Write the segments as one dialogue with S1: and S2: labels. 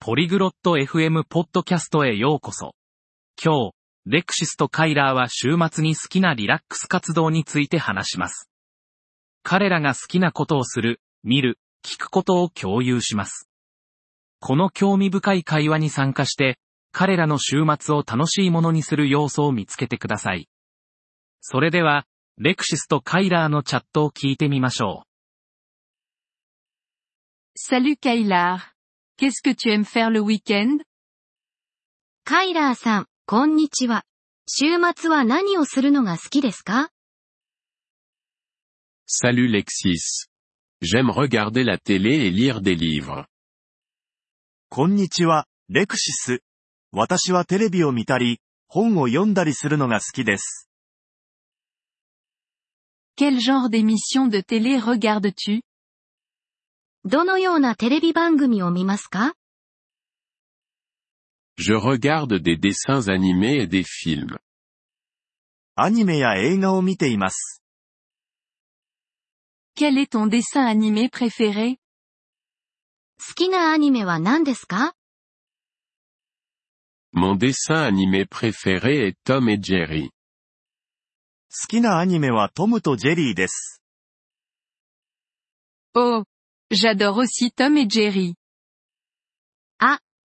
S1: ポリグロット FM ポッドキャストへようこそ。今日、レクシスとカイラーは週末に好きなリラックス活動について話します。彼らが好きなことをする、見る、聞くことを共有します。この興味深い会話に参加して、彼らの週末を楽しいものにする要素を見つけてください。それでは、レクシスとカイラーのチャットを聞いてみましょ
S2: Salut Kailar. Qu'est-ce que tu aimes faire le week-end
S3: カイラーさん、こんにちは。週末は何をするのが好きですか
S4: Salut Lexis. J'aime regarder la télé et lire des livres.
S5: こんにちは、レクシス。私はテレビを見たり、本を読んだりするのが好きです。
S2: Quel genre d'émission de télé regardes-tu
S3: どのようなテレビ番組を見ますか
S4: Je regarde des dessins animés et des films.
S5: アニメや映画を見ています。
S2: Quel est ton dessin animé préféré
S3: 好きなアニメは何ですか
S4: Mon dessin animé préféré est Tom et Jerry.
S5: 好きなアニメはトムとジェリーです。
S2: Oh J'adore aussi Tom et Jerry.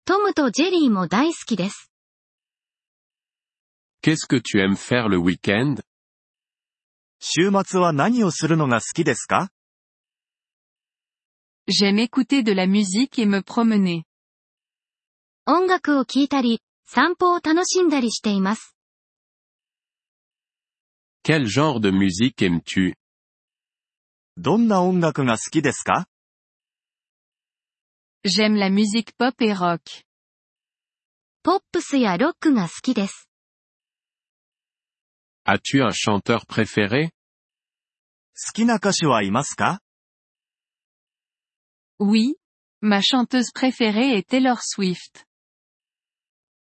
S3: トムとジェリーも大好きです。
S4: Qu'est-ce que tu aimes faire le week-end
S5: 週末は何をするのが好きですか
S2: J'aime écouter de la musique et me promener.
S3: 音楽を聴いたり、散歩を楽しんだりしています。
S4: Quel genre de musique aimes-tu
S5: どんな音楽が好きですか
S2: J'aime la musique pop et rock.
S3: ポップスやロックが好きです。
S4: As-tu un chanteur préféré
S5: 好きな歌手はいますか
S2: Oui Ma chanteuse préférée est Taylor Swift.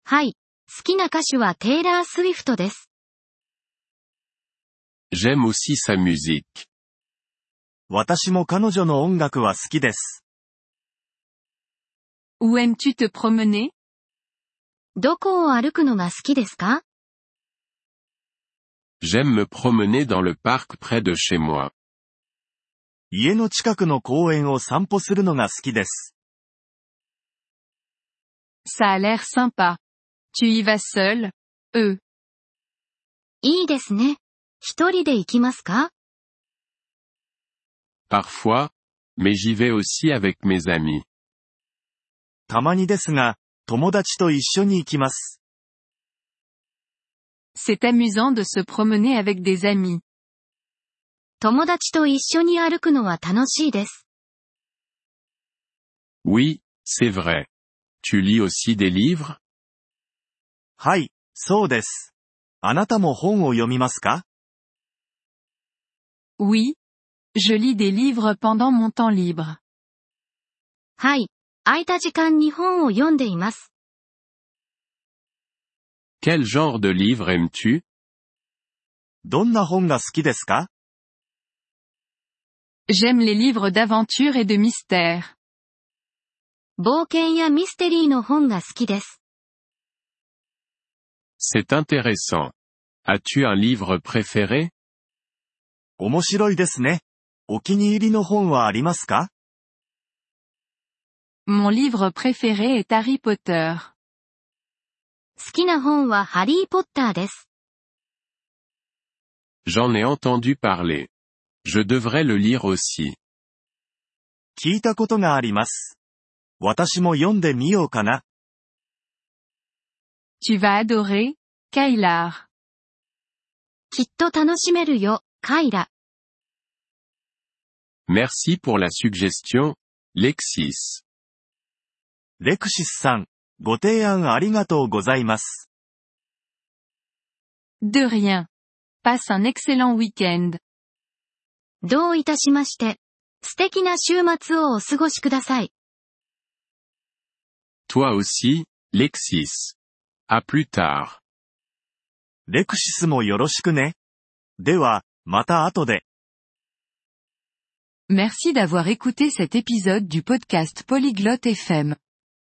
S3: はい。好きな歌手はテイラー・スウィフトです。
S4: J'aime aussi sa musique.
S5: 私も彼女の音楽は好きです。
S2: Où aimes-tu te promener
S3: どこを歩くのが好きですか
S4: J'aime me promener dans le parc près de chez moi.
S5: 家の近くの公園を散歩するのが好きです。
S2: Ça a l'air sympa. Tu y vas seul Euh.
S3: いいですね。一人で行きますか
S4: Parfois, mais j'y vais aussi avec mes amis.
S5: たまにですが、友達と一緒に行きます。
S2: C'est amusant de se promener avec des amis.
S3: 友達と一緒に歩くのは楽しいです。
S4: Oui, c'est vrai. Tu lis aussi des livres
S5: はい、そうです。あなたも本を読みますか
S2: Oui. Je lis des livres pendant mon temps libre.
S3: はい。空いた時間に本を読んでいます。
S4: Quel genre de livre aimes-tu
S5: どんな本が好きですか
S2: J'aime les livres d'aventure et de mystère.
S3: 冒険やミステリーの本が好きです。
S4: C'est intéressant. As-tu un livre préféré
S5: 面白いですね。お気に入りの本はありますか
S2: Mon livre préféré est Harry Potter.
S3: 好きな本はハリーポッターです。
S4: J'en ai entendu parler. Je devrais le lire aussi.
S5: 聞いたことがあります。私も読んでみようかな。
S2: Tu vas adorer, Kailar.
S3: きっと楽しめるよ、カイラ。
S4: Merci pour la suggestion, Lexis.
S5: レクシスさん、ご提案ありがとうございます。
S2: De rien. Passe un excellent week-end.
S3: どういたしまして。素敵な週末をお過ごしください。
S4: Toi aussi, Lexis. À plus tard.
S5: レクシスもよろしくね。では、また後で。
S2: Merci d'avoir écouté cet épisode du podcast Polyglotte FM.